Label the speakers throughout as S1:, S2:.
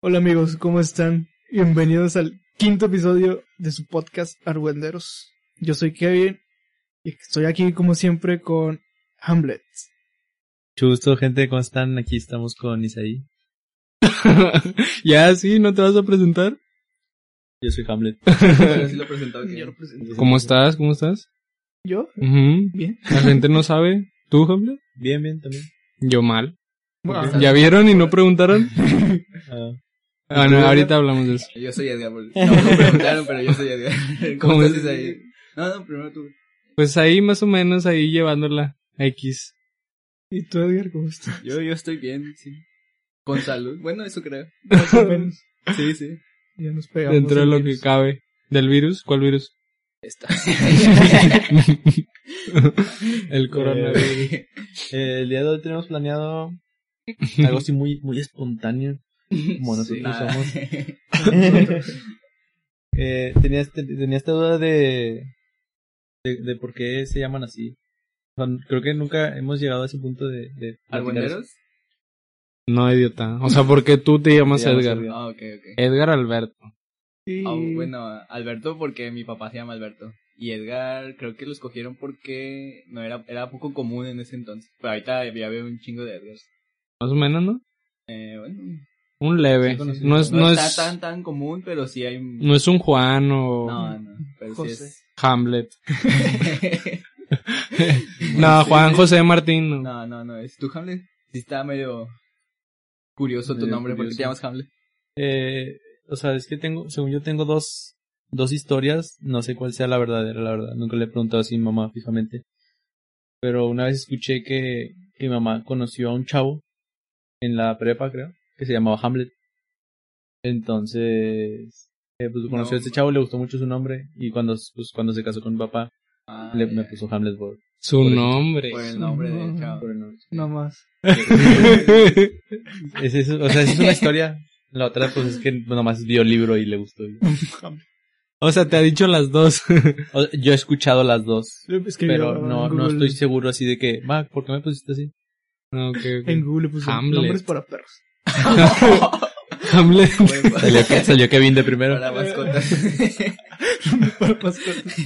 S1: Hola amigos, ¿cómo están? Bienvenidos al quinto episodio de su podcast Argüenderos. Yo soy Kevin y estoy aquí como siempre con Hamlet.
S2: Mucho gusto, gente, ¿cómo están? Aquí estamos con Isaí.
S3: ya, sí, ¿no te vas a presentar?
S2: Yo soy Hamlet.
S4: Sí lo he presentado, ¿qué?
S1: Yo lo presento.
S3: ¿Cómo estás? ¿Cómo estás?
S1: Mm. ¿Yo?
S3: Ujú.
S1: Bien.
S3: La gente no sabe. ¿Tú, Hamlet?
S2: Bien, bien, también.
S3: Yo mal.
S1: Ah,
S3: ¿Ya vieron y no preguntaron?
S2: Ah,
S3: Ah, no, ahorita hablamos de eso.
S4: Yo soy Edgar. porque No me preguntaron, pero yo soy Edgar. ¿Cómo,
S3: ¿Cómo
S4: estás
S3: es?
S4: ahí? No, no, primero tú.
S3: Pues ahí más o menos, ahí llevándola. X.
S1: ¿Y tú Edgar, cómo estás?
S4: Yo, yo estoy bien, sí. Con salud. Bueno, eso creo.
S1: Más o menos.
S4: Sí, sí.
S1: Ya nos pegamos.
S3: Dentro de
S1: el
S3: lo que
S1: virus.
S3: cabe. ¿Del virus? ¿Cuál virus?
S4: Está.
S3: El coronavirus.
S4: Eh,
S2: eh, el día de hoy tenemos planeado algo así muy, muy espontáneo. Como nosotros
S4: sí, Ah. nada.
S2: somos. Eh, tenía, este- tenía esta duda de, de, de por qué se llaman así. O sea, creo que nunca hemos llegado a ese punto de... de
S4: ¿Argüenderos?
S3: No, idiota. O sea, ¿por qué tú te llamas
S2: Te llamas
S3: Edgar?
S2: Edgar.
S4: Ah, ok, ok.
S3: Edgar Alberto.
S1: Sí.
S4: Ah, bueno, Alberto porque mi papá se llama Alberto. Y Edgar creo que lo escogieron porque no era, era poco común en ese entonces. Pero ahorita ya veo un chingo de Edgars.
S3: Más o menos, ¿no?
S4: Eh, bueno,
S3: Un leve.
S2: Sí, conocido.
S3: No es,
S4: no,
S3: no
S4: está
S3: es,
S4: tan tan común, pero sí hay... No,
S3: no es un Juan o
S4: no, pero
S1: José.
S4: sí
S3: Hamlet.
S4: es...
S3: No,
S4: Sí,
S3: Juan
S4: sí.
S3: José Martín. no.
S4: No, no, no es. ¿Tú, Hamlet? Sí está medio curioso tu
S2: Medio
S4: nombre, porque te
S2: curioso.
S4: llamas Hamlet?
S2: Eh, o sea, es que tengo, según yo tengo dos, dos historias, no sé cuál sea la verdadera, la verdad, nunca le he preguntado así a mi mamá fijamente. Pero una vez escuché que, que mi mamá conoció a un chavo en la prepa, creo, que se llamaba Hamlet. Entonces, eh, pues conoció a este chavo, le gustó mucho su nombre y cuando, pues, cuando se casó con mi papá,
S4: Ah,
S2: le,
S4: ya,
S2: me
S4: ya.
S2: puso Hamlet por,
S3: Su
S2: Por eso.
S3: nombre.
S4: Por el nombre
S1: No.
S4: del chavo.
S2: por el nombre.
S1: No más.
S2: Es eso, o sea, esa es una historia. La otra, pues es que nomás vio el libro y le gustó.
S3: o sea, te ha dicho las dos.
S2: O- yo he escuchado las dos.
S1: Es que
S2: pero
S1: yo
S2: no,
S1: en
S2: no
S1: Google-
S2: estoy seguro así de que, Mac, ¿por qué me pusiste así?
S3: Ah, ok, ok.
S1: En Google puse
S3: Hamlet.
S1: nombres para perros.
S3: Hamlet.
S2: Salió, que- salió Kevin de primero.
S4: pues, Para mascotas.
S1: para mascotas.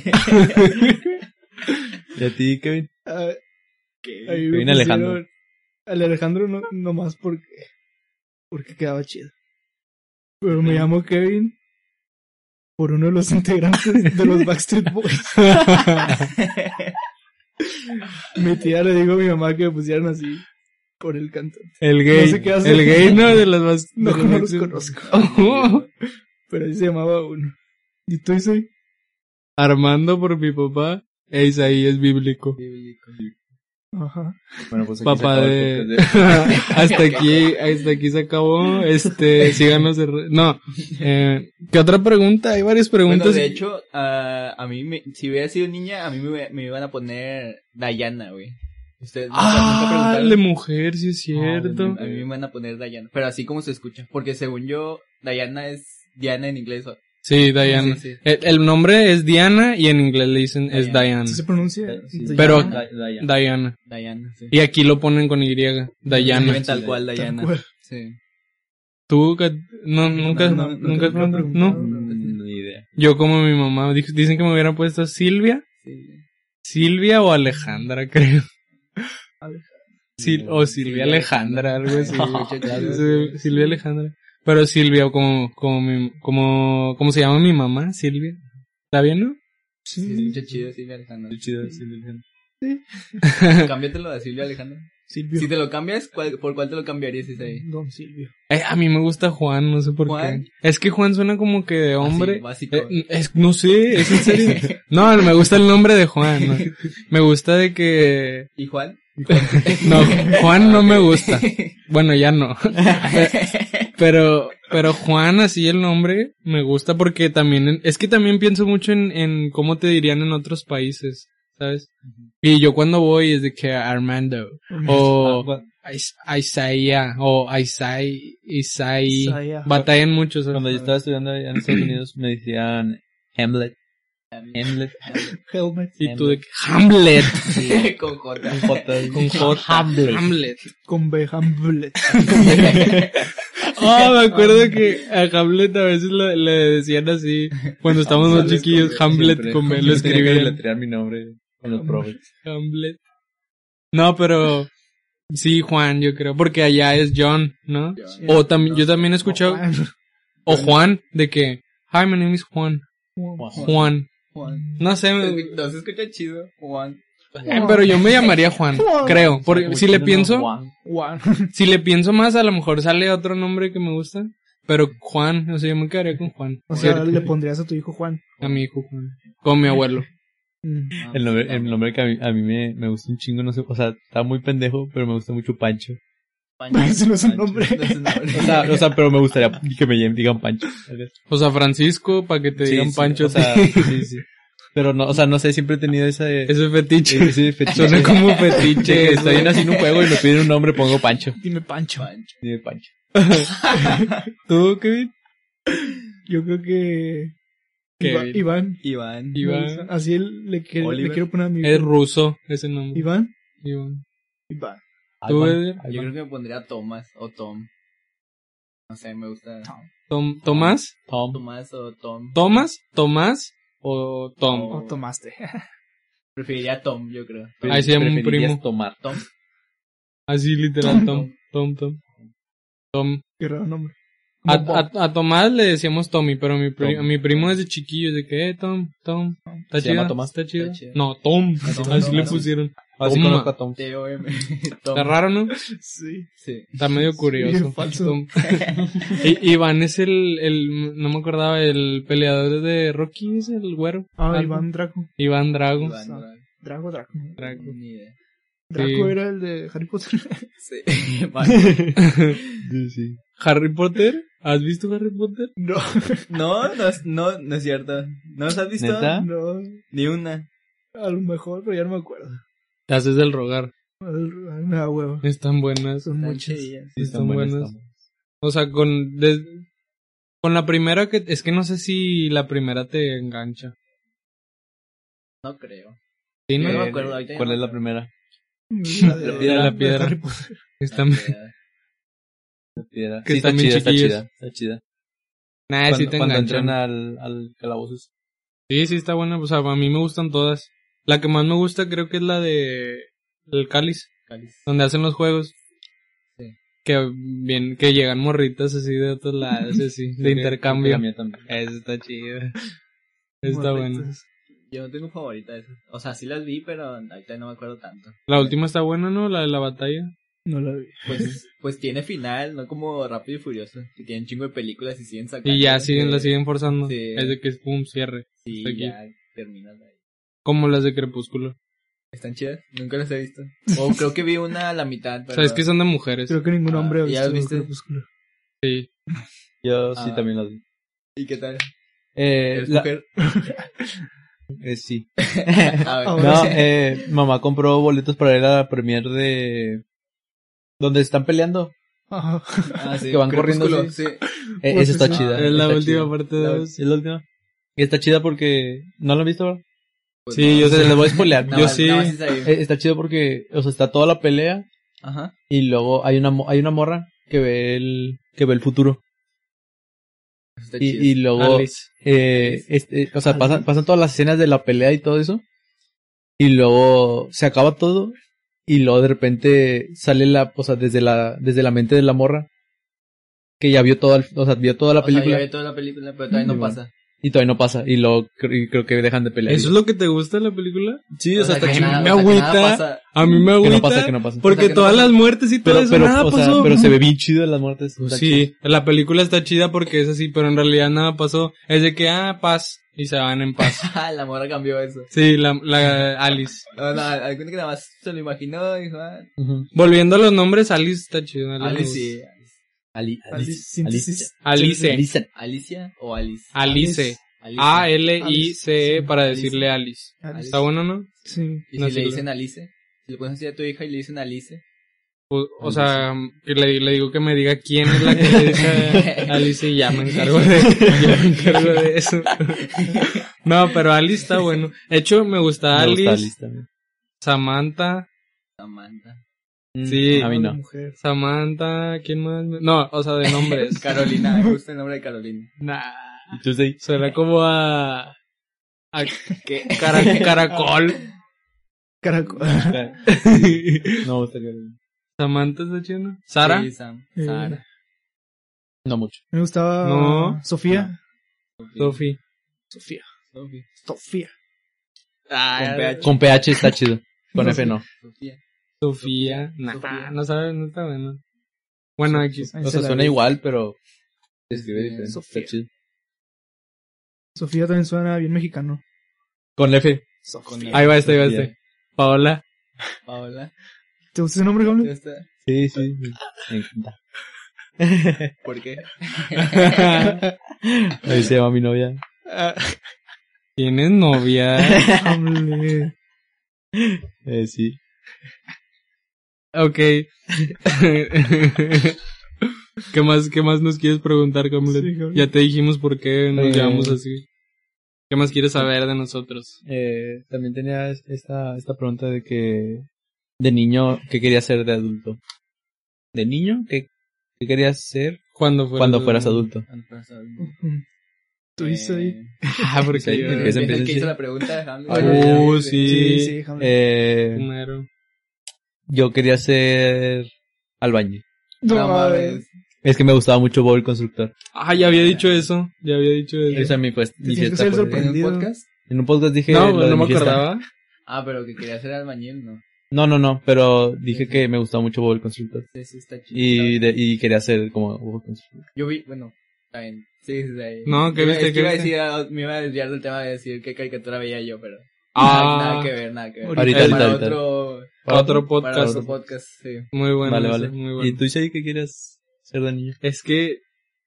S2: ¿Y a ti, Kevin?
S1: Ah,
S4: ¿Qué?
S1: ahí me
S2: Viene Alejandro.
S1: pusieron- Al Alejandro no, nomás porque, porque quedaba chido. Pero me llamo Kevin por uno de los integrantes de los Backstreet Boys. Mi tía le dijo a mi mamá que me pusieran así por el cantante.
S3: El gay.
S1: No sé qué hace.
S3: el gay no de las más.
S1: No,
S3: de
S1: no
S3: más-
S1: los conozco.
S3: Oh,
S1: Pero así se llamaba uno. ¿Y tú soy?
S3: Armando por mi papá. Es ahí, es bíblico.
S1: Ajá.
S2: Bueno, pues aquí se
S3: Papá
S2: acabó el
S3: de...
S2: podcast
S3: hasta aquí, hasta aquí se acabó. Este, síganos. de re- No. Eh, ¿Qué otra pregunta? Hay varias preguntas.
S4: Bueno, de hecho, ah, a mí, me- si hubiera sido niña, a mí me, me iban a poner Dayana, güey. Ustedes nunca- nunca
S3: ah,
S4: preguntaron. Ah,
S3: de mujer, sí es cierto.
S4: A mí me van a poner Dayana. Pero así como se escucha. Porque según yo, Dayana es Diana en inglés. ¿o?
S3: Sí, Diana.
S4: Sí, sí.
S3: El, el nombre es Diana y en inglés le dicen es
S4: Diana.
S3: Diana.
S1: ¿Sí se pronuncia?
S2: Eh, Sí.
S1: ¿Se
S3: Pero-
S1: llama?
S2: Da- da ya.
S3: Diana.
S4: Dayana, sí.
S3: Y aquí lo ponen con Y.
S4: Escriben
S3: Diana.
S4: tal cual, Dayana.
S1: cual.
S4: Sí.
S3: Tú, Kat- no, nunca,
S1: no, no,
S3: nunca
S1: no, no,
S3: preguntaste?
S1: no.
S3: No.
S2: Mm, Ni idea.
S3: Yo como mi mamá, di- dicen que me hubieran puesto Silvia,
S4: sí.
S3: Silvia o Alejandra, creo. Sil- o Silvia
S4: Silvia
S3: Alejandra, algo así.
S4: Sí, mucho chido.
S3: Sil- Silvia Alejandra. Pero Silvia, como, como mi, como, como se llama mi mamá, Silvia. ¿Está bien, no?
S4: Sí,
S1: Sí.
S4: mucho chido, Silvia Alejandra.
S2: Qué chido, sí, sí, sí.
S4: Cámbiatelo a Silvia Alejandra.
S1: Silvio.
S4: Si te lo cambias, ¿cuál- ¿por cuál te lo cambiarías ahí?
S1: Don Silvio.
S3: Eh, a mí me gusta Juan, no sé por
S4: ¿Juan?
S3: qué. Es que Juan suena como que de hombre.
S4: básico.
S3: Eh, n- es- no sé, es en serio. No, no, me gusta el nombre de Juan. no. Me gusta de que...
S4: ¿Y Juan?
S3: No, Juan no me gusta. Bueno, ya no. Pero, pero Juan, así el nombre, me gusta porque también, en- es que también pienso mucho en, en cómo te dirían en otros países, ¿sabes? Y yo cuando voy es de que Armando,
S2: Ah,
S3: o
S2: cu-
S3: Is- Isaía, o Isai, Isai,
S1: Isaía.
S3: batallan mucho, ¿sabes?
S2: Cuando yo estaba estudiando allá en Estados Unidos me decían Hamlet. Hamlet.
S1: Helmet.
S3: Y tú de que Hamlet,
S4: Con J.
S2: Con J.
S3: con J, Hamlet.
S1: Con B. Hamlet.
S3: Oh, me acuerdo que a Hamlet a veces le, le decían así. Cuando estábamos más
S2: Hamlet
S3: chiquillos,
S2: con-
S3: Hamlet
S2: siempre-
S3: con B
S2: yo
S3: lo
S2: tenía que
S3: escribían.
S2: deletrear mi nombre con los profes.
S3: Hamlet. No, pero sí, Juan, yo creo. Porque allá es John, ¿no? O también, yo también he escuchado, o Juan, de que, hi, my name is Juan. Juan.
S4: Juan.
S3: No sé, eh,
S4: No se escucha chido, Juan.
S3: pero yo me llamaría Juan, creo. Porque si le pienso,
S1: Juan.
S3: Si le pienso más, a lo mejor sale otro nombre que me gusta. Pero Juan, o sea, yo me quedaría con Juan.
S1: O sea,
S3: Cierto.
S1: le pondrías a tu hijo Juan.
S3: a mi hijo Juan. Con mi abuelo.
S1: Mm.
S2: El nombre, el nombre que a mí, a mí me, me gusta un chingo, no sé, o sea, está muy pendejo, pero me gusta mucho Pancho.
S4: Pancho.
S1: Ese no es un
S4: Pancho,
S1: nombre.
S4: no es un nombre.
S2: O sea, o sea, pero me gustaría que me llamen- digan Pancho. ¿sabes?
S3: O sea, Francisco, para que te
S2: Sí,
S3: digan
S2: sí,
S3: Pancho.
S2: o sea, sí, sí. Pero no, o sea, no sé, siempre he tenido ese,
S3: Eso es fetiche.
S2: ese fetiche.
S3: Suena como
S2: de que
S3: fetiche.
S2: estoy haciendo un juego y me piden un nombre, pongo Pancho.
S1: Dime Pancho.
S4: Pancho.
S2: Dime Pancho.
S3: ¿Tú, Kevin?
S1: Yo creo que. Iva-
S3: Kevin.
S1: Iván.
S4: Iván.
S3: Iván.
S1: Así el- le, quiero- le
S4: Oliver.
S1: quiero poner a mi.
S3: Es ruso ese nombre.
S1: Iván.
S3: Iván.
S1: Iván.
S3: ¿Tú,
S2: Alban.
S3: Eder?
S4: Yo creo que me pondría Thomas o Tom. No sé, me gusta
S3: Tom- ¿Tomás?
S2: Tom.
S4: Tomás o Tom.
S3: ¿Tomás? ¿Tomás? ¿O Tom?
S1: O Oh, tomaste.
S4: Preferiría Tom, yo creo.
S3: Ahí se llama un
S2: Preferirías
S3: primo.
S4: este.
S2: Tomar.
S4: Tom.
S3: Así literal, Tom. Tom, Tom. Tom.
S1: Qué raro nombre.
S3: A,
S1: Como Bob.
S3: a- a Tomás le decíamos Tommy, pero mi pri-
S2: Tom.
S3: a mi primo desde chiquillo, de que, eh, Tom, Tom, ¿está
S2: ¿Se llama
S3: chido?
S2: Tomás?
S3: ¿Está chido?
S4: Está chido.
S3: No, Tom,
S4: Tom,
S3: así
S4: Tom,
S3: le
S4: Tom.
S3: pusieron.
S2: Así
S3: Toma.
S2: conozco a Tom.
S4: T-O-M.
S3: Está
S4: Tom.
S3: raro, ¿no?
S1: Sí.
S4: Sí.
S3: Está medio curioso.
S1: bien falso.
S3: Tom. I- Iván es el, el, no me acordaba, el peleador de Rocky, es el güero.
S1: Ah,
S3: Algo.
S1: Iván Draco.
S3: Iván Drago.
S4: Iván,
S1: Gusta.
S4: Iván.
S1: Drago, Draco.
S3: Drago.
S4: Ni idea.
S1: Draco
S3: Sí.
S1: era el de Harry Potter.
S4: Sí. Vale.
S2: Sí, sí.
S3: Harry Potter, ¿has visto Harry Potter?
S1: No,
S4: No, no es, no, no es cierto. ¿No los has visto?
S2: ¿Neta?
S3: ¿Ah?
S1: no.
S4: Ni una.
S1: A lo mejor, pero ya no me acuerdo.
S3: Te haces del rogar.
S1: Ay, Me da huevo.
S3: Están buenas.
S1: Son muchas.
S4: Muchas.
S2: Sí,
S3: Están buenas. O sea, con, des- con la primera que, es que no sé si la primera te engancha.
S4: No creo.
S3: Sí,
S4: Yo
S3: ¿no?
S2: Eh,
S4: no me acuerdo, ahorita ya
S2: ¿Cuál
S4: no
S2: es la
S4: creo.
S2: primera?
S1: La de-
S3: La piedra, la
S1: de
S3: piedra.
S1: Harry Potter.
S3: Está-
S4: No creo.
S2: La piedra.
S3: Que
S2: Sí, está
S3: están bien
S2: chida, está
S3: chiquillos.
S2: chida. Está chida.
S3: Nah, sí
S2: Cuando,
S3: te
S2: cuando
S3: enganchan.
S2: entran al, al calabozo.
S3: Sí, sí está buena. O sea, a mí me gustan todas. La que más me gusta creo que es la de El Cáliz,
S4: Cáliz.
S3: donde hacen los juegos.
S4: Sí.
S3: Que bien, que llegan morritas así de otros lados, así, de intercambio.
S2: La mía también.
S3: Eso está chido. Está buena.
S1: Morritas.
S4: Yo no tengo favorita de esas. O sea, sí las vi, pero ahorita no me acuerdo tanto.
S3: La última está buena, ¿no? La de la batalla.
S1: No la vi.
S4: Pues, pues tiene final, no como Rápido y Furioso. Que tienen chingo de películas y siguen sacando.
S3: Y ya
S4: Sí,
S3: siguen, la siguen forzando.
S4: Sí.
S3: Es de que es pum, cierre.
S4: Sí,
S3: aquí.
S4: ya terminan ahí.
S3: Como las de Crepúsculo.
S4: ¿Están chidas? Nunca las he visto. O creo que vi una a la mitad. Pero...
S3: O sea, es que son de mujeres.
S1: Creo que ningún
S4: Ah,
S1: hombre ha
S4: ¿ya
S1: visto
S4: las viste?
S1: Crepúsculo.
S3: Sí.
S2: Yo sí
S4: Ah.
S2: también las vi.
S4: ¿Y qué tal?
S2: Eh,
S4: ¿Eres
S2: la-
S4: mujer? Ah,
S2: eh, sí.
S4: A ver.
S1: Ahora
S2: No,
S1: sí.
S2: eh, mamá compró boletos para ir a la premier de... Donde están peleando.
S1: Ajá.
S4: Ah, sí,
S2: que van corriendo
S4: Crepúsculo, sí.
S2: Eh,
S1: Pues
S2: esa está
S1: sí.
S2: chida.
S3: es la
S2: está
S3: última
S2: chida.
S3: parte
S2: La-
S3: de
S2: Es la última. Y está chida porque... ¿No la han visto? verdad?
S4: Pues
S3: Sí,
S4: no,
S3: yo
S2: O sea, les voy a spoilear.
S4: nada
S2: yo
S4: más-
S2: sí...
S4: nada más esa-
S2: eh, está chido porque... O sea, está toda la pelea
S4: Ajá.
S2: y luego hay una, mo- hay una morra que ve el... Que ve el futuro.
S4: Está chido.
S2: Y, y luego...
S3: Alice.
S2: Eh, este, o sea,
S1: Ah,
S2: pasan, pasan todas las escenas de la pelea y todo eso. Y luego se acaba todo. Y luego de repente sale la, o sea, desde la, desde la mente de la morra. Que ya vio toda, el- o sea, vio toda la
S4: O sea,
S2: película.
S4: ya vi toda la película, pero todavía
S2: Sí,
S4: no
S2: bueno.
S4: pasa.
S2: y todavía no pasa. Y luego cre- y creo que dejan de pelear.
S3: ¿Eso es lo que te gusta de la película?
S2: sí,
S4: O sea,
S3: está
S4: que
S3: chido.
S4: nada-
S3: Me
S4: o sea, que nada
S3: agüita.
S4: pasa.
S3: A mí me
S2: que
S3: agüita
S2: no pasa, que no pasa.
S3: porque
S4: O sea, que no
S3: todas
S4: pasa.
S3: las muertes y todo
S2: pero,
S3: eso
S2: pero,
S3: nada
S2: o sea,
S3: pasó.
S2: pero se ve bien chido las muertes.
S3: Pues
S2: Está chido.
S3: sí, la película está chida porque es así, pero en realidad nada pasó. Es de que, ah, paz, y se van en paz.
S4: Ah, la morra cambió eso.
S3: Sí, la, la Alice.
S4: No, no, alguna que nada más se lo imaginó, dijo, ah,
S2: Ujú.
S3: Volviendo a los nombres, Alice está chida. Alice.
S4: Alice, sí.
S2: Ali-
S1: Alice,
S2: Alice.
S1: síntesis.
S3: Alice. Alice.
S2: Alice.
S4: Alicia o Alice. Alice.
S3: Ah, A-L-I-C-E
S1: Alice.
S3: para
S4: Alice.
S3: decirle Alice.
S1: Alice.
S3: ¿Está bueno, no?
S1: Sí.
S4: Y
S3: no,
S4: si
S3: sí,
S4: le dicen Alice, si le pones así a tu hija y le dicen Alice.
S3: O, o sea, que le, le digo que me diga quién es la que le dice a Alice y ya me encargo de, ya me encargo de eso. No, pero Alice está bueno. De hecho, me gusta
S2: Me
S3: Alice,
S2: gusta Alice también.
S3: Samantha,
S4: Samantha.
S3: Sí.
S2: Mm, A mí no.
S1: Mujer.
S3: Samantha, ¿quién más? No, o sea, de nombres.
S4: Carolina, me gusta el nombre de Carolina.
S3: nah.
S2: Tuesday.
S3: Suena como a. a
S4: ¿Qué?
S3: cara- caracol.
S1: Caracol.
S2: No,
S3: pues,
S2: estaría bien.
S3: Samantha está chido, ¿no? Sara.
S4: Sí, Sam.
S1: Eh,
S4: Sara.
S2: No mucho.
S1: me gustaba
S3: No.
S1: Sofía.
S3: Sophie.
S1: Sofía.
S4: Sofía.
S1: Sofía.
S4: Con PH.
S2: Con PH está chido. Con F no.
S4: Sofía.
S3: Sofía. Nah,
S4: Sofía.
S3: no sabes, no está bueno. Bueno, X.
S1: Ahí
S2: O
S1: se
S2: sea,
S1: la
S2: suena
S1: vi.
S2: igual, pero. Se escribe
S4: Sí,
S2: diferente.
S1: Sofía.
S2: Está chido.
S1: Sofía también suena bien mexicano.
S2: Con F.
S1: Sofía.
S3: Ahí va este, ahí va
S2: Sofía.
S3: este. Paola.
S4: Paola.
S1: ¿Te gusta ese nombre,
S4: ¿Ya
S1: Gabriel?
S4: está?
S2: Sí, sí. Me encanta.
S4: ¿Por qué?
S2: Ahí se llama mi novia.
S3: ¿Tienes novia?
S1: Hombre.
S2: Eh, sí.
S3: ok. ¿Qué más, qué más nos quieres preguntar, Camila?
S1: Sí, Gabriel.
S3: ya te dijimos por qué nos
S2: Eh.
S3: llevamos así. ¿Qué más quieres saber de nosotros?
S2: Eh, también tenía es- esta, esta pregunta de que de niño, ¿qué querías ser de adulto? ¿De niño? ¿Qué, qué querías ser
S3: Cuando fueras,
S2: cuando fueras adulto?
S1: Ujú. Tú dices ahí.
S3: Ah, porque
S2: Sí,
S3: yo-
S2: porque
S4: Es
S2: se
S4: el que
S2: empieza-
S4: hizo la pregunta. Hamlet.
S2: Ay,
S3: Oh,
S2: ya,
S3: sí.
S1: Sí, sí, déjame.
S2: Eh,
S3: Primero. Mm.
S2: yo quería ser albañil.
S1: no,
S4: No
S1: mames.
S4: mames.
S2: Es que me gustaba mucho Bob el constructor.
S3: Ah, ya había dicho eso. Ya había dicho eso.
S2: Esa es mi, pues, mi
S1: tienes que
S2: fiesta
S1: ser
S2: por-
S1: sorprendido.
S4: ¿En un
S1: Aprendido.
S4: podcast?
S2: En un podcast dije
S3: No,
S2: lo de
S3: no me
S2: mi fiesta.
S3: acordaba.
S4: Ah, pero que quería ser albañil, ¿no?
S2: No, no, no, pero dije que me gustaba mucho Bob el constructor.
S4: Sí, sí, está chido.
S2: Y, de- y quería ser como Bob el constructor.
S4: Yo vi, bueno, también. Sí, sí, sí.
S3: No, ¿qué
S4: Iba-
S3: viste,
S4: es
S3: qué
S4: que iba a
S3: viste?
S4: decir, ah, me iba a desviar del tema de decir qué caricatura veía yo, pero.
S3: Ah.
S4: Nada, nada que ver, nada que ver.
S2: Ahorita,
S4: Para
S2: ahorita, ahorita.
S4: Otro,
S3: Para otro
S4: para
S3: podcast.
S4: otro podcast, sí.
S3: Muy bueno.
S2: vale,
S3: eso,
S2: vale.
S3: Muy
S2: ¿Y
S3: bueno.
S2: tú, Isai, qué querías ser de niño?
S3: Es que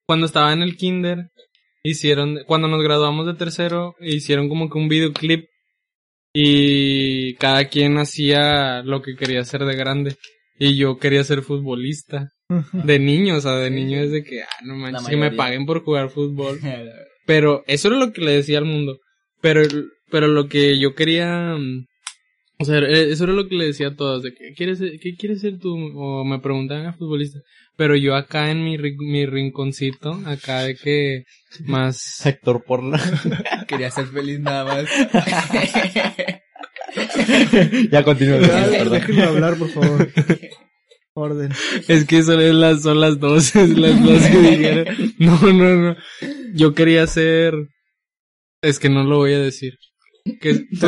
S3: cuando estaba en el kinder, hicieron, cuando nos graduamos de tercero, hicieron como que un videoclip y cada quien hacía lo que quería hacer de grande. Y yo quería ser futbolista. De niño, o sea, de
S4: Sí,
S3: niño
S4: sí.
S3: es de que, ah, no manches, que me
S4: mayoría.
S3: paguen por jugar fútbol. Pero eso era lo que le decía al mundo. Pero, pero lo que yo quería. mm, O sea, eh, eso era lo que le decía a todos. De que, ¿quieres ser, ¿Qué quieres ser tú? O me preguntaban a futbolista. Pero yo acá en mi, rin- mi rinconcito, acá de que más.
S2: Actor porno.
S4: Quería ser feliz nada más.
S2: ya continúa.
S1: Déjenme hablar, por favor. Orden.
S3: Es que son las, son las dos, es las dos que dijeron. No, no, no. Yo quería ser. Es que no lo voy a decir. Que tú,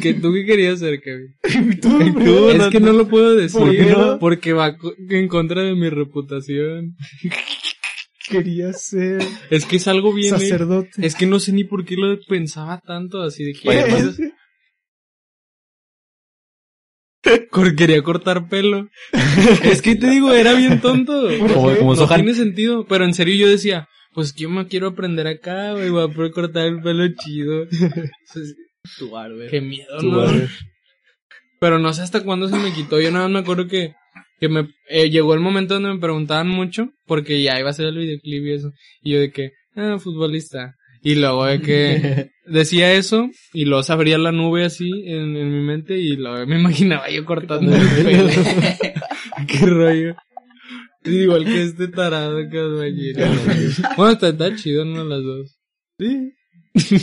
S3: que tú qué querías ser, Kevin.
S1: Tú,
S3: Tú,
S1: primero.
S3: es que no lo puedo decir.
S1: ¿Por qué no?
S3: Porque va co- en contra de mi reputación.
S1: Quería ser
S3: Es que es algo bien.
S1: sacerdote.
S3: Es que no sé ni por qué lo pensaba tanto así de que.
S1: ¿Qué?
S3: Cor- Quería cortar pelo. es que te digo, era bien tonto.
S2: Como, como
S3: No
S2: Sohan.
S3: tiene sentido. Pero en serio yo decía, pues que yo me quiero aprender acá, güey, voy a poder cortar el pelo chido. Pues,
S4: Tu barber.
S3: Qué miedo,
S2: Tú,
S3: ¿no?
S2: güey.
S3: Pero no sé hasta cuándo se me quitó. Yo nada más me acuerdo que, que me eh, llegó el momento donde me preguntaban mucho, porque ya iba a ser el videoclip y eso. Y yo de que, ah, futbolista. Y luego de que decía eso, y luego se abría la nube así en, en mi mente, y luego me imaginaba yo cortando el pelo. Qué rollo. Igual que este tarado que albañil. Bueno, está, está chido, ¿no? Las dos.
S1: Sí.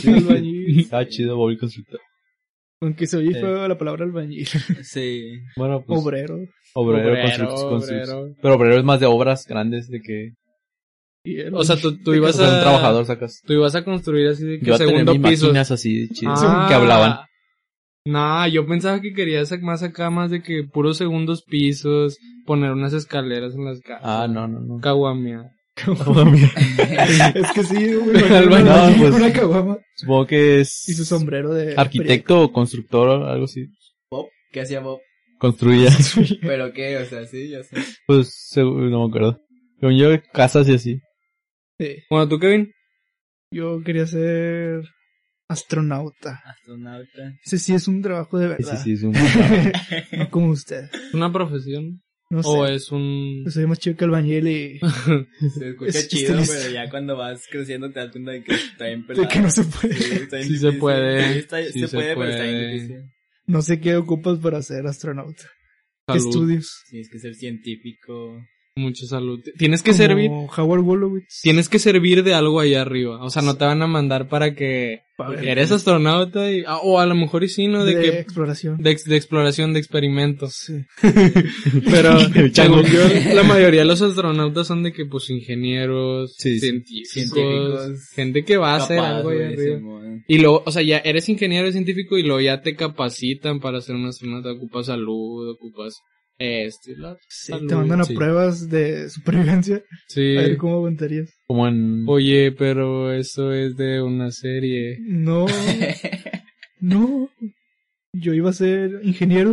S1: Albañil.
S2: Estaba chido Bobby Constructor.
S1: Aunque se oye
S2: Sí.
S1: feo la palabra albañil.
S4: Sí.
S2: Bueno, pues.
S1: Obrero.
S2: Obrero,
S3: Obrero,
S2: construct- construct-
S3: obrero.
S2: Pero obrero es más de obras grandes de que.
S1: Y el-
S3: O sea, tú, tú
S2: O
S3: ibas
S2: sea,
S3: a...
S2: un trabajador sacas.
S3: Tú ibas a construir así de que
S2: Yo tenía
S3: segundo
S2: mis
S3: piso.
S2: máquinas así chidas
S3: Ah.
S2: que hablaban.
S3: Nah, yo pensaba que querías ac- más acá, más de que puros segundos pisos, poner unas escaleras en las casas.
S2: Ah, no, no, no.
S3: Caguamia.
S1: es que sí, güey. me imagino
S2: Albañil,
S1: albañil
S2: pues.
S1: con Una caguama
S2: Supongo que es.
S1: y su sombrero de.
S2: Arquitecto o constructor o algo así.
S4: Bob. ¿Qué hacía Bob?
S2: Construía.
S4: Pero qué, o sea, sí, yo sé.
S2: pues seguro- no me acuerdo. Según yo, casas y así.
S1: Sí.
S3: Bueno, tú, Kevin.
S1: Yo quería ser astronauta.
S4: Astronauta.
S1: Ese sí es un trabajo de verdad.
S2: Sí, sí, es un.
S3: Ah.
S1: No como usted.
S3: ¿Es una profesión?
S1: No sé.
S3: ¿O es un...?
S1: Yo soy más chido que albañil y
S4: Se escucha
S1: Es-
S4: chido,
S1: es-
S4: pero ya cuando vas creciendo te das cuenta de que está bien
S1: de
S4: pelado.
S1: que no se puede.
S4: Sí, está bien
S3: Sí se
S4: difícil.
S3: puede,
S4: Sí, está-
S3: sí
S4: se,
S3: se
S4: puede, pero está bien
S3: puede.
S4: difícil.
S1: No sé qué ocupas para ser astronauta. ¿Qué
S3: Salud.
S1: estudios?
S4: Tienes que ser científico.
S3: Mucha salud. Tienes que servir.
S1: Como Howard Wolowitz.
S3: Tienes que servir de algo allá arriba. O sea, no te van a mandar para que eres astronauta y, ah, o a lo mejor y sí, ¿no? De,
S1: de
S3: que,
S1: exploración.
S3: de, ex- de exploración, de experimentos.
S1: Sí.
S3: Pero
S2: El chango.
S3: según yo, la mayoría de los astronautas son de que, pues, ingenieros,
S2: Sí, sí.
S3: científicos,
S4: Científicos.
S3: gente que va a hacer
S4: Capaz,
S3: algo allá
S4: güey,
S3: arriba.
S4: Simón.
S3: Y luego, o sea, ya eres ingeniero científico y luego ya te capacitan para ser un astronauta. Ocupas salud, ocupas esto y lo otro.
S1: Sí,
S3: Salud,
S1: te mandan a
S3: sí.
S1: pruebas de supervivencia.
S3: Sí.
S1: A ver cómo aguantarías.
S2: Como en.
S3: Oye, pero eso es de una serie.
S1: No, no. Yo iba a ser ingeniero.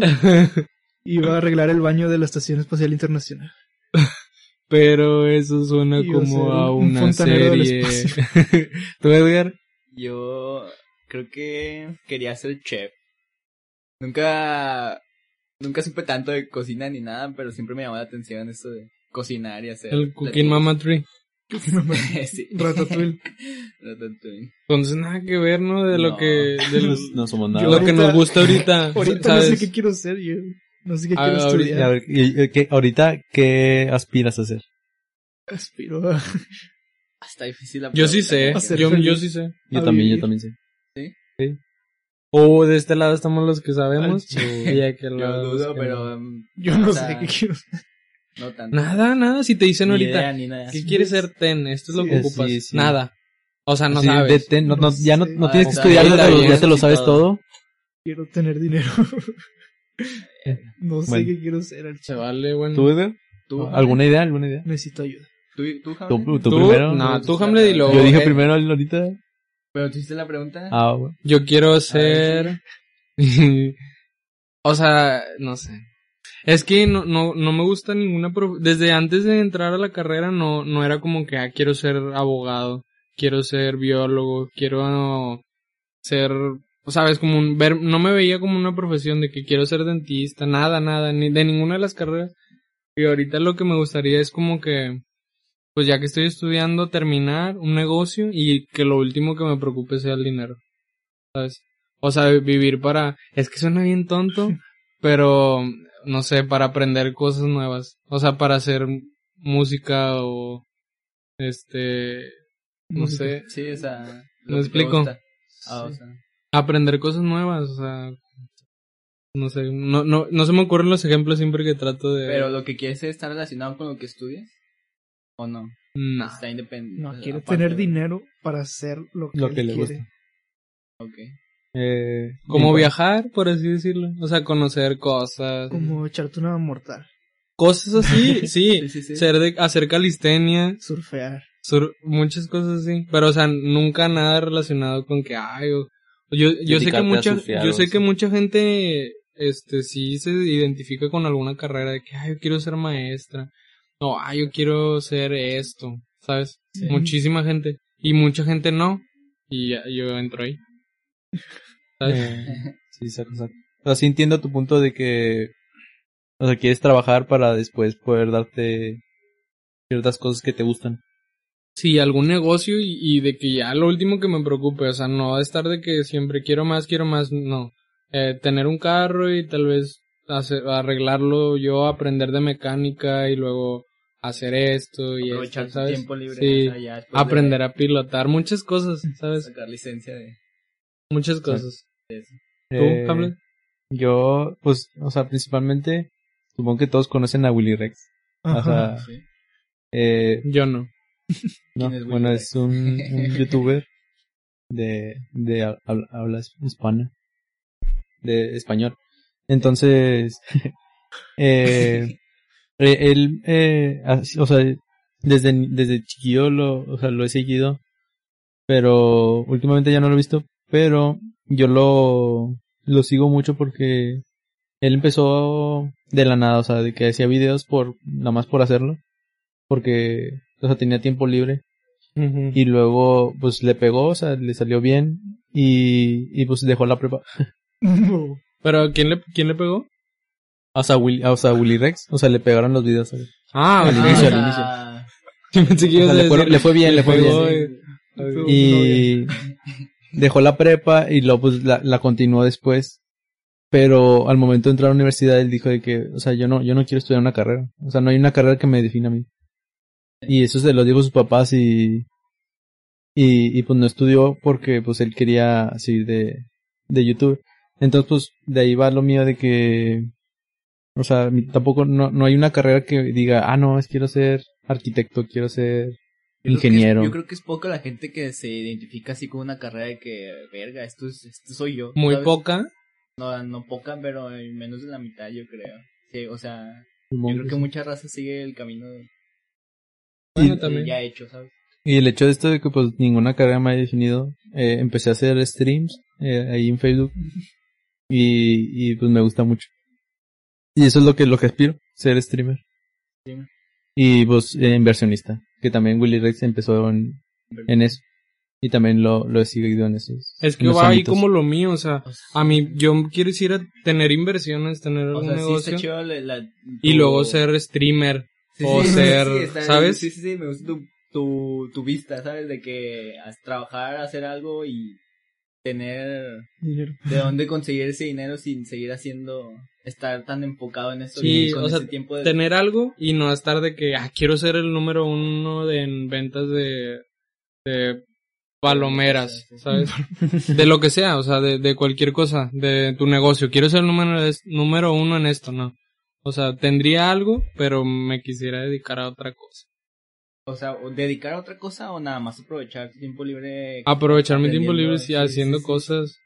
S1: Iba a arreglar el baño de la Estación Espacial Internacional.
S3: Pero eso suena
S1: Iba a
S3: como
S1: ser
S3: a
S1: un- un
S3: una
S1: fontanero del
S3: serie. ¿Tú, Edgar?
S4: Yo creo que quería ser chef. Nunca, nunca supe tanto de cocina ni nada, pero siempre me llamó la atención esto de cocinar y hacer.
S3: El Cooking Mama Tree.
S4: sí.
S1: Ratatouille.
S4: Ratatouille.
S3: Entonces nada que ver, ¿no? De lo
S4: No.
S3: que... de lo-
S2: No somos
S1: Yo
S3: lo
S2: nada.
S3: que nos gusta ahorita.
S1: Ahorita
S3: ¿sabes?
S1: no sé qué quiero ser yo. No sé qué
S3: Ah,
S1: quiero
S3: ahorita-
S2: Y a
S1: estudiar.
S2: ver, y- y- ¿qué- ahorita, ¿qué aspiras a hacer?
S1: Aspiro a...
S4: Ah, Está difícil la
S3: Yo sí sé,
S4: pregunta.
S1: Hacer
S3: yo,
S1: feliz.
S3: yo sí sé.
S2: Yo
S1: A
S2: también, yo
S1: vivir.
S2: también sé.
S3: O de este lado estamos los que sabemos.
S1: Ay,
S3: y de aquel
S4: Yo
S3: lado los
S4: dudo,
S3: que
S4: pero um,
S1: Yo no
S4: O sea,
S1: sé qué quiero ser.
S4: no tanto.
S3: no. Nada, nada, si te dicen
S4: Ni
S3: ahorita.
S4: idea, ni nada.
S3: ¿Qué quieres ser ten? Esto es lo
S2: Sí,
S3: que
S2: sí,
S3: ocupas.
S2: sí.
S3: Nada. O sea, no
S2: Sí,
S3: sabes.
S2: detén, no- no-
S1: No
S2: ya no,
S1: sé.
S2: no tienes que
S4: Ah,
S2: estudiar,
S4: está
S2: ya te lo-
S4: bien,
S2: ya te lo
S4: sí,
S2: sabes todo.
S1: Quiero tener dinero. no sé
S2: Bueno.
S1: qué quiero ser al
S3: Se
S1: chavo.
S3: vale, bueno.
S2: ¿Tú, Edgar?
S4: ¿Tú,
S2: ¿Alguna idea? ¿Alguna idea?
S1: Necesito ayuda.
S4: ¿Tú, tú,
S2: ¿Tú,
S4: Jaime?
S2: tú,
S3: ¿Tú?
S2: primero?
S3: No,
S4: Tú
S3: tú,
S4: sí
S3: Hamlet, y
S4: sabes.
S3: luego.
S2: Yo dije
S3: eh,
S2: primero ahorita.
S4: Pero tú hiciste la pregunta.
S2: Ah, bueno.
S3: Yo quiero ser. o sea, no sé. Es que no, no, no me gusta ninguna. prof- Desde antes de entrar a la carrera, no, no era como que ah, quiero ser abogado, quiero ser biólogo, quiero ser. ¿Sabes? Como un. Ver, no me veía como una profesión de que quiero ser dentista, nada, nada, ni de ninguna de las carreras. Y ahorita lo que me gustaría es como que. Pues ya que estoy estudiando, terminar un negocio y que lo último que me preocupe sea el dinero. ¿sabes? O sea, vivir para... Es que suena bien tonto, pero no sé, para aprender cosas nuevas. O sea, para hacer música o... Este... No
S1: Música.
S3: sé.
S4: Sí, o sea.
S3: Lo
S4: que te
S3: explico.
S4: gusta. Ah, o sea.
S3: Aprender cosas nuevas, o sea... No sé, no, no, no se me ocurren los ejemplos siempre que trato de...
S4: Pero lo que quieres es estar relacionado con lo que estudias. ¿O no?
S3: No.
S4: Está independiente.
S1: No,
S4: o sea,
S1: quiero
S4: aparte,
S1: tener
S4: ¿verdad?
S1: dinero para hacer lo que,
S2: Lo que
S1: él
S2: le
S1: quiere.
S2: gusta.
S4: Ok.
S2: Eh,
S3: Como
S2: bien,
S3: viajar, por así decirlo. O sea, conocer cosas.
S1: Como echarte una mortal,
S3: Cosas así, sí.
S4: Sí, sí, sí.
S3: Ser de, hacer calistenia.
S1: surfear.
S3: Sur- muchas cosas así, pero o sea, nunca nada relacionado con que ay, o- yo yo sé que
S2: Dedicarte a
S3: mucha
S2: surfear
S3: yo
S2: o
S3: sé
S2: así.
S3: que mucha gente este sí se identifica con alguna carrera de que ay, yo quiero ser maestra. No, ay, yo quiero ser esto, ¿sabes?
S1: Sí.
S3: Muchísima gente y mucha gente no y ya- yo entro ahí. ¿Sabes?
S2: eh, sí, saco, saco. O sea, sí entiendo tu punto de que. O sea, quieres trabajar para después poder darte ciertas cosas que te gustan.
S3: Sí, algún negocio y, y de que ya lo último que me preocupe, o sea, no estar de que siempre quiero más, quiero más, no. Eh, tener un carro y tal vez hacer- arreglarlo yo, aprender de mecánica y luego hacer esto y
S4: Aprovechar
S3: esto,
S4: tu
S3: ¿sabes?
S4: tiempo libre.
S3: Sí,
S4: o sea, ya después de
S3: aprender a pilotar, muchas cosas, ¿sabes?
S4: Sacar licencia de.
S3: Muchas cosas. ¿Tú,
S2: Eh,
S3: Hamlet?
S2: Yo, pues, o sea, principalmente, supongo que todos conocen a Willy Rex. O sea,
S4: Sí.
S2: eh,
S3: Yo no.
S2: No,
S4: ¿Quién es Willy
S2: bueno,
S4: Rex?
S2: es un, un youtuber de, de hab- habla, hispana, de español. Entonces, eh, eh, él, eh, así- o sea, desde, desde chiquillo lo, o sea, lo he seguido, pero últimamente ya no lo he visto, pero yo lo, lo sigo mucho porque él empezó de la nada, o sea, de que hacía videos por, nada más por hacerlo, porque, o sea, tenía tiempo libre. Y luego, pues le pegó, o sea, le salió bien. Y, y pues dejó la prepa.
S1: No.
S3: Pero ¿quién le quién le pegó?
S2: O sea, Willy, o sea, Willy Rex. O sea, le pegaron los videos. ¿sabes?
S3: Ah,
S2: Al
S3: ah,
S2: inicio, al
S3: ya.
S2: inicio.
S4: Ah,
S3: Yo pensé que
S2: O
S3: ibas
S2: sea,
S3: a
S2: le, fue,
S3: decir-
S2: le fue bien, le fue
S3: pegó,
S2: bien.
S3: eh.
S1: pegó.
S2: Y dejó la prepa y luego pues la, la continuó después. Pero al momento de entrar a la universidad él dijo de que, o sea, yo no, yo no quiero estudiar una carrera. O sea, no hay una carrera que me defina a mí. Y eso se lo dijo a sus papás y, y, y pues no estudió porque pues él quería seguir de, de YouTube. Entonces pues de ahí va lo mío de que, o sea, mi- tampoco, no, no hay una carrera que diga, ah, no, es quiero ser arquitecto, quiero ser
S4: Yo creo que es-
S2: ingeniero.
S4: yo creo que es poca la gente que se identifica así con una carrera de que, verga, esto, es, esto soy yo.
S3: Muy
S4: ¿sabes?
S3: poca.
S4: No, no poca, pero eh, menos de la mitad, yo creo. Sí, o sea, yo
S2: Supongo
S4: creo
S2: que
S4: que
S2: sí.
S4: mucha raza sigue el camino de-
S3: Bueno,
S4: de-
S3: también.
S4: ya hecho, ¿sabes?
S2: Y el hecho de esto de que pues ninguna carrera me haya definido, eh, empecé a hacer streams eh, ahí en Facebook y, y pues me gusta mucho. Y eso es lo que, lo que aspiro, ser streamer.
S4: Streamer.
S2: Y pues eh, inversionista, que también Willy Rex empezó en, en eso. Y también lo, lo he seguido en eso.
S3: Es que va ahí como lo mío, o sea,
S4: O sea,
S3: a mí yo quiero ir a tener inversiones, tener
S4: o
S3: algún
S4: sea, sí
S3: negocio
S4: está chido la, la-
S3: y
S4: tu-
S3: luego ser streamer.
S4: Sí,
S3: o
S4: sí, sí,
S3: ser,
S4: sí, está-
S3: ¿sabes?
S4: Sí, sí, sí, me gusta tu, tu, tu vista, ¿sabes? De que has- trabajar, hacer algo y tener de dónde conseguir ese dinero sin seguir haciendo, estar tan enfocado en eso
S3: Sí,
S4: y con
S3: o sea,
S4: ese tiempo de...
S3: Tener algo y no estar de que, ah, quiero ser el número uno de, en ventas de, de palomeras, ¿sabes? De lo que sea, o sea, de, de cualquier cosa, de tu negocio. Quiero ser el número, es- número uno en esto, ¿no? O sea, tendría algo, pero me quisiera dedicar a otra cosa.
S4: O sea, o dedicar a otra cosa o nada más aprovechar tu tiempo libre.
S3: Aprovechar mi tiempo
S4: Aprendiendo,
S3: libre
S4: sí,
S3: y haciendo
S4: sí, sí.
S3: cosas.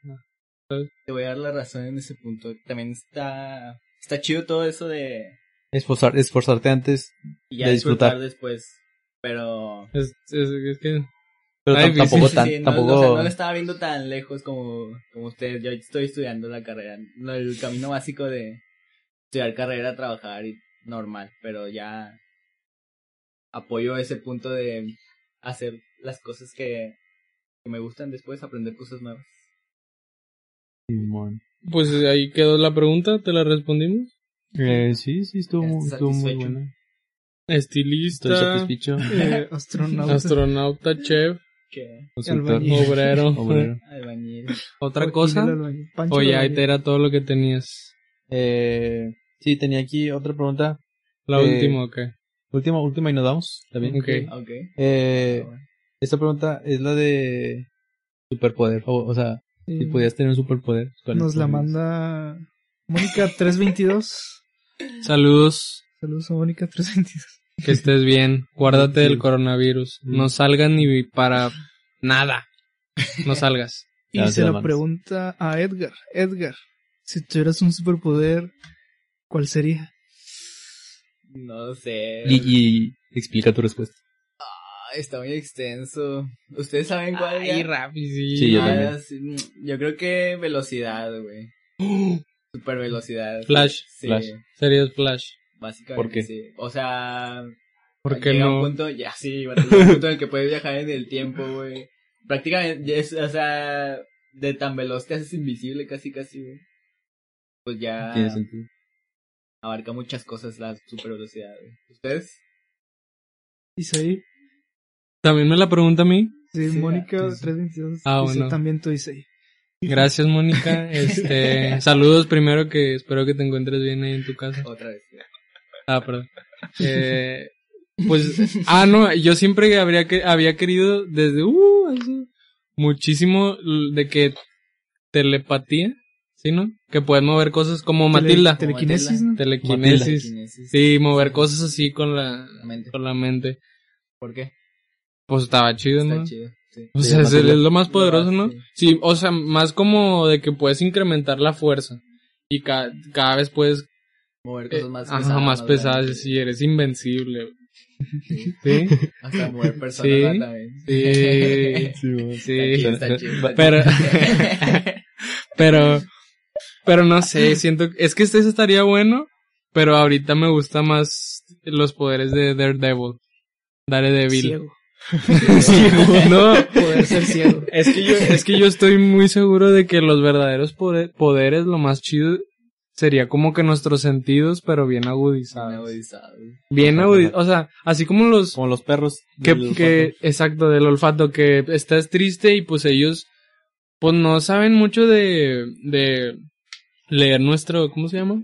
S4: Te voy a dar la razón en ese punto. También está, está chido todo eso de...
S2: Esforzar, esforzarte antes,
S4: Y ya
S2: De
S4: disfrutar.
S2: disfrutar.
S4: después. Pero...
S3: Es, es- es que
S2: pero tam-
S3: Ay, sí,
S2: tampoco
S3: sí,
S2: tan,
S4: sí, no,
S2: tampoco...
S4: o sea, no lo estaba viendo tan lejos como, como ustedes. Yo estoy estudiando la carrera. no, El camino básico de estudiar carrera, trabajar y normal. Pero ya apoyo ese punto de hacer las cosas que, que me gustan después, aprender cosas nuevas.
S2: Simón.
S3: Pues ahí quedó la pregunta, te la respondimos.
S2: Eh, sí, sí, estuvo,
S4: Ya
S2: muy-
S4: estás
S2: estuvo muy
S4: satisfecho.
S2: buena.
S3: Estilista,
S2: Estoy satisfecho.
S1: Eh, astronauta.
S3: astronauta, chef,
S4: Che,
S2: Constructor,
S1: albañil.
S3: obrero.
S2: obrero.
S4: albañil.
S3: Otra cosa, o ya ahí te era todo lo que tenías.
S2: Eh, sí, tenía aquí otra pregunta.
S3: La
S2: Eh,
S3: última, ¿o qué?
S2: Última, última y nos damos. ¿Está bien?
S3: Ok.
S4: Ok.
S2: Eh, esta pregunta es la de superpoder. O, o sea, si podías tener un superpoder. ¿cuál
S1: Mm. Nos la
S2: escogerías?
S1: manda Mónica322.
S3: Saludos,
S1: Saludos a Mónica322.
S3: que estés bien. Guárdate del
S2: Sí.
S3: coronavirus. No salgas ni para nada. No salgas.
S1: Y
S2: Ya,
S1: se
S2: te la
S1: la
S2: mandas.
S1: pregunta a Edgar. Edgar, si tuvieras un superpoder, ¿cuál sería?
S4: No sé.
S2: Y, y explica tu respuesta.
S4: Ah, Está muy extenso. ¿Ustedes saben cuál
S3: Ay,
S4: ya?
S3: Rafi, sí.
S2: Sí, yo
S4: Ah,
S2: también.
S4: sí, mm, yo creo que velocidad, güey. Super velocidad.
S3: Flash.
S4: Sí,
S2: Flash.
S3: Serías Flash.
S4: básicamente.
S2: ¿Por qué?
S4: sí. O sea,
S3: Porque
S4: llega un
S3: no.
S4: punto, ya sí, güey, llega un punto en el que puedes viajar en el tiempo, güey. Prácticamente, ya es- o sea, de tan veloz te haces invisible casi, casi, güey. Pues ya
S2: Tiene sentido.
S4: abarca muchas cosas la super velocidad, güey. ¿Ustedes?
S1: Isaí.
S3: También me la pregunta a mí.
S1: Sí,
S4: Sí,
S1: Mónica322.
S3: ah,
S1: dice,
S3: bueno.
S1: También tú, Isaí.
S3: Gracias, Mónica. Este, saludos primero que espero que te encuentres bien ahí en tu casa.
S4: Otra vez. güey.
S3: Ah, perdón. Eh, pues, ah, no, yo siempre habría que, había querido desde, uh, hace muchísimo l- de que telepatía, ¿sí, no? Que puedes mover cosas como
S1: Tele-
S3: Matilda,
S1: Telequinesis, ¿no?
S3: telequinesis,
S4: Telequinesis.
S3: sí, mover cosas así con la,
S4: La mente.
S3: con la mente.
S4: ¿Por qué?
S3: Pues estaba chido,
S4: Está
S3: ¿no?
S4: chido. Sí.
S3: O
S2: Sí,
S3: sea, es,
S2: Matilda.
S3: es lo más poderoso, ¿no?
S4: Sí.
S3: Sí, o sea, más como de que puedes incrementar la fuerza. Y ca- cada vez puedes
S4: Mover
S3: Eh,
S4: cosas más
S3: ajá,
S4: pesadas.
S3: más pesadas,
S4: grandes.
S3: sí, eres invencible. Sí,
S4: Hasta mover personas
S3: Sí.
S4: también.
S3: sí,
S4: Está
S3: sí.
S4: chido, está chido, está
S3: Pero,
S4: chido.
S3: pero, pero no sé, siento, es que este estaría bueno, pero ahorita me gusta más los poderes de Daredevil, Daredevil.
S1: Ciego.
S3: No,
S1: Poder ser ciego.
S3: es que yo, es que yo estoy muy seguro de que los verdaderos poder- poderes, lo más chido sería como que nuestros sentidos, pero bien agudizados.
S4: Agudizado.
S3: Bien
S2: Ajá.
S3: agudizados, o sea, así como los
S2: Como los perros.
S3: que,
S2: del
S3: que exacto del olfato que estás triste y pues ellos pues no saben mucho de de leer nuestro, ¿cómo se llama?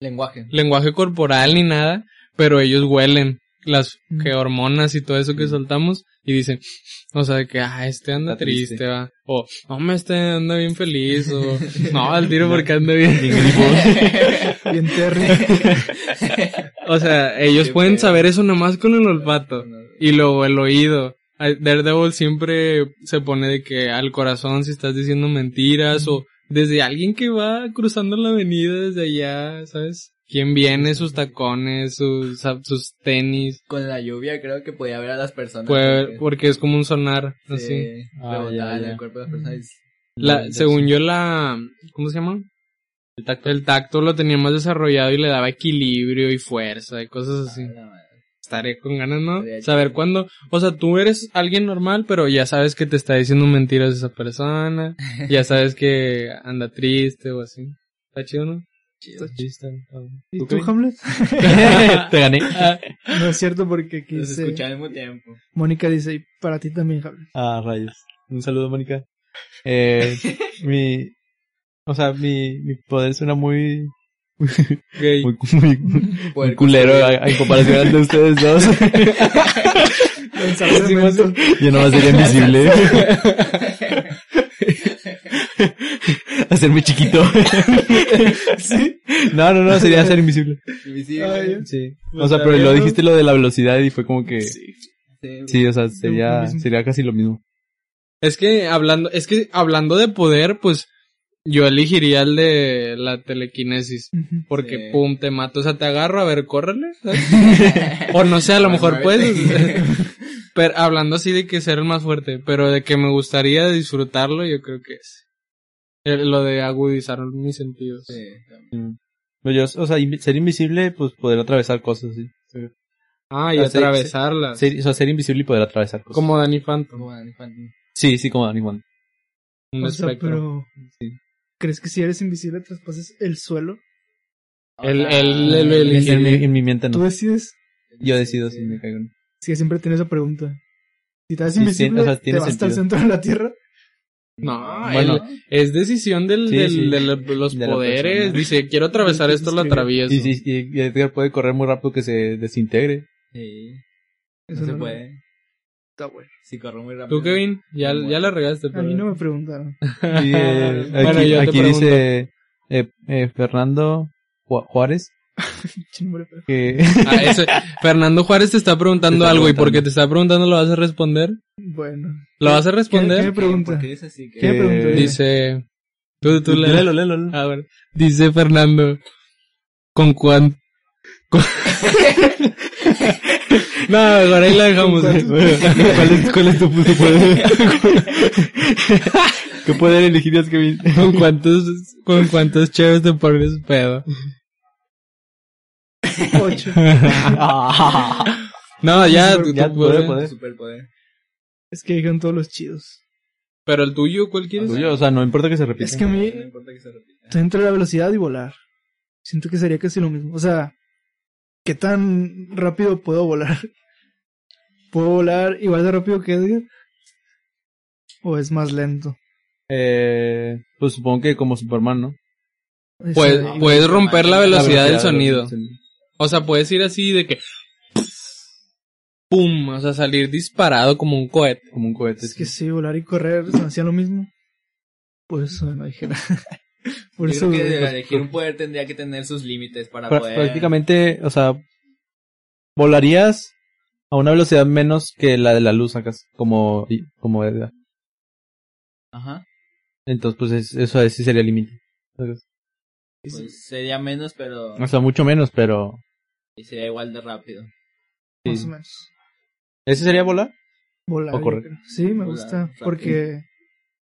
S4: Lenguaje.
S3: Lenguaje corporal ni nada, pero ellos huelen las
S1: Mm.
S3: que hormonas y todo eso que soltamos y dicen, o sea, de que, ah, este anda
S2: Está
S3: triste,
S2: triste.
S3: va, o, no, me este anda bien feliz, o, no, al tiro porque anda bien.
S1: Bien Terry.
S3: O sea, ellos
S4: Qué
S3: pueden
S4: pedo.
S3: saber eso nomás con el olfato y luego el oído. Ay, Daredevil siempre se pone de que al corazón si estás diciendo mentiras o desde alguien que va cruzando la avenida desde allá, ¿sabes? ¿Quién viene? Sus tacones, sus, zap- sus tenis,
S4: Con la lluvia creo que podía ver a las personas.
S3: puede-
S4: porque
S3: porque es como un sonar, así.
S4: se
S2: Ah,
S4: rebotaban
S2: ya,
S4: en el
S2: ya.
S4: cuerpo de las personas.
S3: La, según yo la, ¿cómo se llama?
S2: El tacto.
S3: El tacto lo tenía más desarrollado y le daba equilibrio y fuerza y cosas
S4: y-
S3: así.
S4: Ah, la madre.
S3: Estaré con ganas, ¿no?
S4: Estaría
S3: Saber
S4: chido.
S3: cuándo. O sea, tú eres alguien normal, pero ya sabes que te está diciendo mentiras esa persona. Ya sabes que anda triste o así. Está chido, ¿no?
S2: Sí, está- está Ah. bueno.
S1: ¿Y
S2: ¿Tú
S1: tú,
S2: qué?
S1: Hamlet?
S2: Te gané.
S1: No es cierto porque aquí
S4: Los
S1: dice-
S4: escuché al mismo tiempo.
S1: Mónica dice, y para ti también, Hamlet.
S2: Ah, rayos. Un saludo, Mónica. Eh, mi. O sea, mi, mi poder suena muy.
S3: Gay.
S2: Muy, muy
S4: Poder
S2: culero a- en comparación al de ustedes dos. Yo nomás sería invisible. Hacerme chiquito. ¿Sí? No, no, no, sería ser invisible.
S4: construir invisible.
S1: Ay, Dios.
S2: Sí.
S1: Me
S2: O sea, pero lo
S1: atraviesas.
S2: dijiste lo de la velocidad y fue como que. Sí,
S4: Sí.
S2: o sea,
S1: Lo
S2: sería,
S1: mismo.
S2: sería casi lo mismo.
S3: Es que hablando, es que hablando de poder, pues yo elegiría el de la telequinesis.
S1: Ujú.
S3: Porque
S4: Sí.
S3: pum, te mato. O sea, te agarro, a ver, córrele. ¿sabes? o no sé, a lo mejor puedes. pero hablando así de que ser el más fuerte, pero de que me gustaría disfrutarlo, yo creo que es. eh, Lo de agudizar mis sentidos.
S4: Sí, también.
S2: Pero yo, o sea, invi- ser invisible, pues poder atravesar cosas, sí.
S3: Ah, y
S2: Ah, sí,
S3: atravesarlas.
S2: Ser, o sea, ser invisible y poder atravesar cosas.
S3: Como Danny Phantom.
S4: Como Danny Phantom.
S2: Sí, sí, como Danny Juan.
S3: Un
S1: O sea,
S3: espectro.
S1: pero...
S2: Sí.
S1: ¿Crees que si eres invisible traspases el suelo?
S3: El-
S4: Ahora,
S3: el- el- el-
S4: el-
S2: En mi, en mi mente
S1: Tú
S2: no.
S1: decides.
S2: Yo decido si me caigo.
S1: Si siempre tienes esa pregunta. Si te haces
S2: Sí,
S1: invisible,
S2: sí, o sea,
S1: te
S2: tiene
S1: vas hasta el
S2: sentido.
S1: centro de la Tierra.
S3: No,
S2: Bueno.
S3: el- es decisión del,
S2: Sí,
S3: del-
S2: sí.
S3: de la- los
S2: De la
S3: poderes.
S2: persona.
S3: Dice, quiero atravesar esto, lo
S1: Escribe.
S3: atravieso.
S2: Y, y, y Edgar puede correr muy rápido que se desintegre.
S4: Sí, no
S1: Eso
S4: se
S1: no-
S4: puede.
S1: Está bueno.
S4: Si corro muy rápido.
S3: Tú, Kevin, ya,
S4: Bueno.
S3: ya la regaste.
S1: A
S3: pero-
S1: mí no me preguntaron.
S2: Y, eh,
S3: Bueno,
S2: aquí
S3: yo te
S2: aquí dice eh, eh, Fernando Ju- Juárez
S1: Chimbre, pero-
S2: que
S3: Ah, ese- Fernando Juárez te está preguntando
S2: Te está
S3: algo y
S2: preguntando.
S3: porque te está preguntando lo vas a responder.
S1: Bueno.
S3: ¿Lo vas
S1: ¿Qué,
S3: a
S1: qué me
S3: responder?
S1: pregunta?
S4: ¿Por qué es así? que-
S1: ¿Qué me pregunta?
S2: Eh,
S3: Dice... Tú, tú, le-
S2: Léelo, léelo, léelo.
S3: A ver, dice Fernando. ¿Con cuán? con- no, mejor ahí la dejamos.
S1: ¿Con
S2: ¿Cuál es, cuál es tu, tu poder? ¿Qué poder elegirías, Kevin?
S3: ¿Con cuántos, con cuántos chéves te pones pedo?
S1: Ocho.
S3: No, Ah, ya, tú-
S2: Ya,
S3: tú,
S2: poder,
S3: güey.
S2: poder.
S4: Superpoder.
S1: Es que dijeron todos los chidos.
S3: Pero el tuyo, ¿cuál quieres?
S2: Tuyo, o sea, no importa que se repita.
S1: Es que a mí
S4: No importa que se repita.
S1: estoy entre la velocidad y volar. Siento que sería casi lo mismo. O sea, ¿qué tan rápido puedo volar? ¿Puedo volar igual de rápido que Edgar? ¿O es más lento?
S2: Eh, pues supongo que como Superman, ¿no?
S1: Es,
S3: Puedes,
S1: eh,
S3: puedes romper la velocidad
S2: La
S3: del sonido.
S2: del
S3: O sea, puedes ir así de que... ¡Pum! O sea, salir disparado como un cohete.
S2: Como un cohete.
S1: Es que sí, volar y correr se me hacía lo mismo. Por eso no dije nada. Por
S4: Yo
S1: eso
S4: creo que
S1: dudé.
S4: de elegir un poder tendría que tener sus límites para
S2: Prá-
S4: poder.
S2: Prácticamente, o sea, volarías a una velocidad menos que la de la luz, sacas, como, y- como Edgar.
S4: Ajá.
S2: Entonces, pues es- eso es- sí sería el límite. sacas.
S4: Pues sería menos, pero
S2: O sea, mucho menos, pero...
S4: y sería igual de rápido.
S1: más o menos.
S2: ¿Ese sería volar?
S1: Volar.
S2: O
S1: yo
S2: correr.
S1: creo. Sí, me
S4: Volar,
S1: gusta.
S4: rápido.
S1: Porque,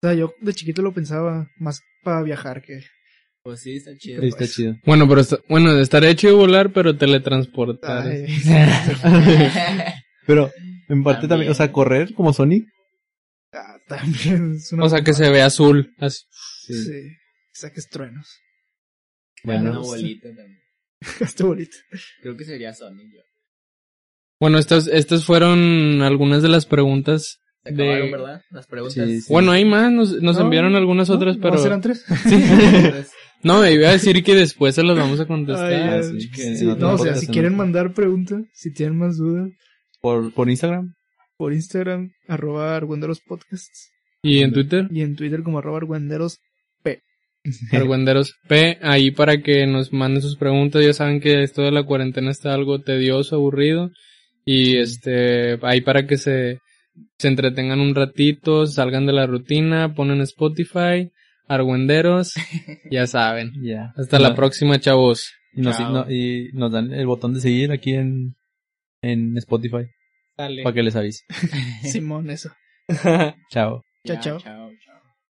S1: o sea, yo de chiquito lo pensaba más para viajar que.
S4: Pues sí, está chido.
S2: Está chido.
S3: Bueno, pero está- bueno, estaré hecho de volar, pero teletransportar.
S1: Ay,
S2: Pero, en parte también.
S4: También.
S2: o sea, correr como Sonic.
S1: ah, también es una.
S3: O sea, que se ve azul. Así.
S1: Sí, saques truenos.
S4: bueno,
S2: Bueno,
S4: una bolita también.
S1: Está bonito.
S4: Creo que sería Sonic yo.
S3: Bueno, estas, estas fueron algunas de las preguntas
S4: Se acabaron,
S3: De-
S4: ¿verdad? Las preguntas.
S2: Sí, sí.
S3: Bueno, hay más, nos, nos
S1: No,
S3: enviaron algunas
S1: ¿No?
S3: otras, pero...
S1: ¿Nomás eran tres?
S4: Entonces,
S3: No, iba a decir que después se las vamos a contestar.
S1: Ay,
S2: así
S1: ay,
S2: que
S1: sí, no,
S2: no
S1: o sea,
S2: tampoco
S1: si
S2: se
S1: quieren
S2: nota.
S1: mandar preguntas, si tienen más dudas,
S2: Por, por Instagram.
S1: por Instagram, arroba Argüenderos Podcasts.
S3: y en Twitter,
S1: Y en Twitter como arroba Argüenderos.
S3: Argüenderos P, ahí para que nos manden sus preguntas. Ya saben que esto de la cuarentena está algo tedioso, aburrido. Y este, ahí para que se, se entretengan un ratito, salgan de la rutina, ponen Spotify, Argüenderos, ya saben.
S2: Ya.
S3: Hasta la próxima, chavos.
S2: Y nos,
S4: Chao.
S2: y no- y nos dan el botón de seguir aquí en, en Spotify para que les avise.
S1: Simón, eso.
S2: Chao.
S1: Chao,
S4: ya,
S1: chao.
S4: chao, chao.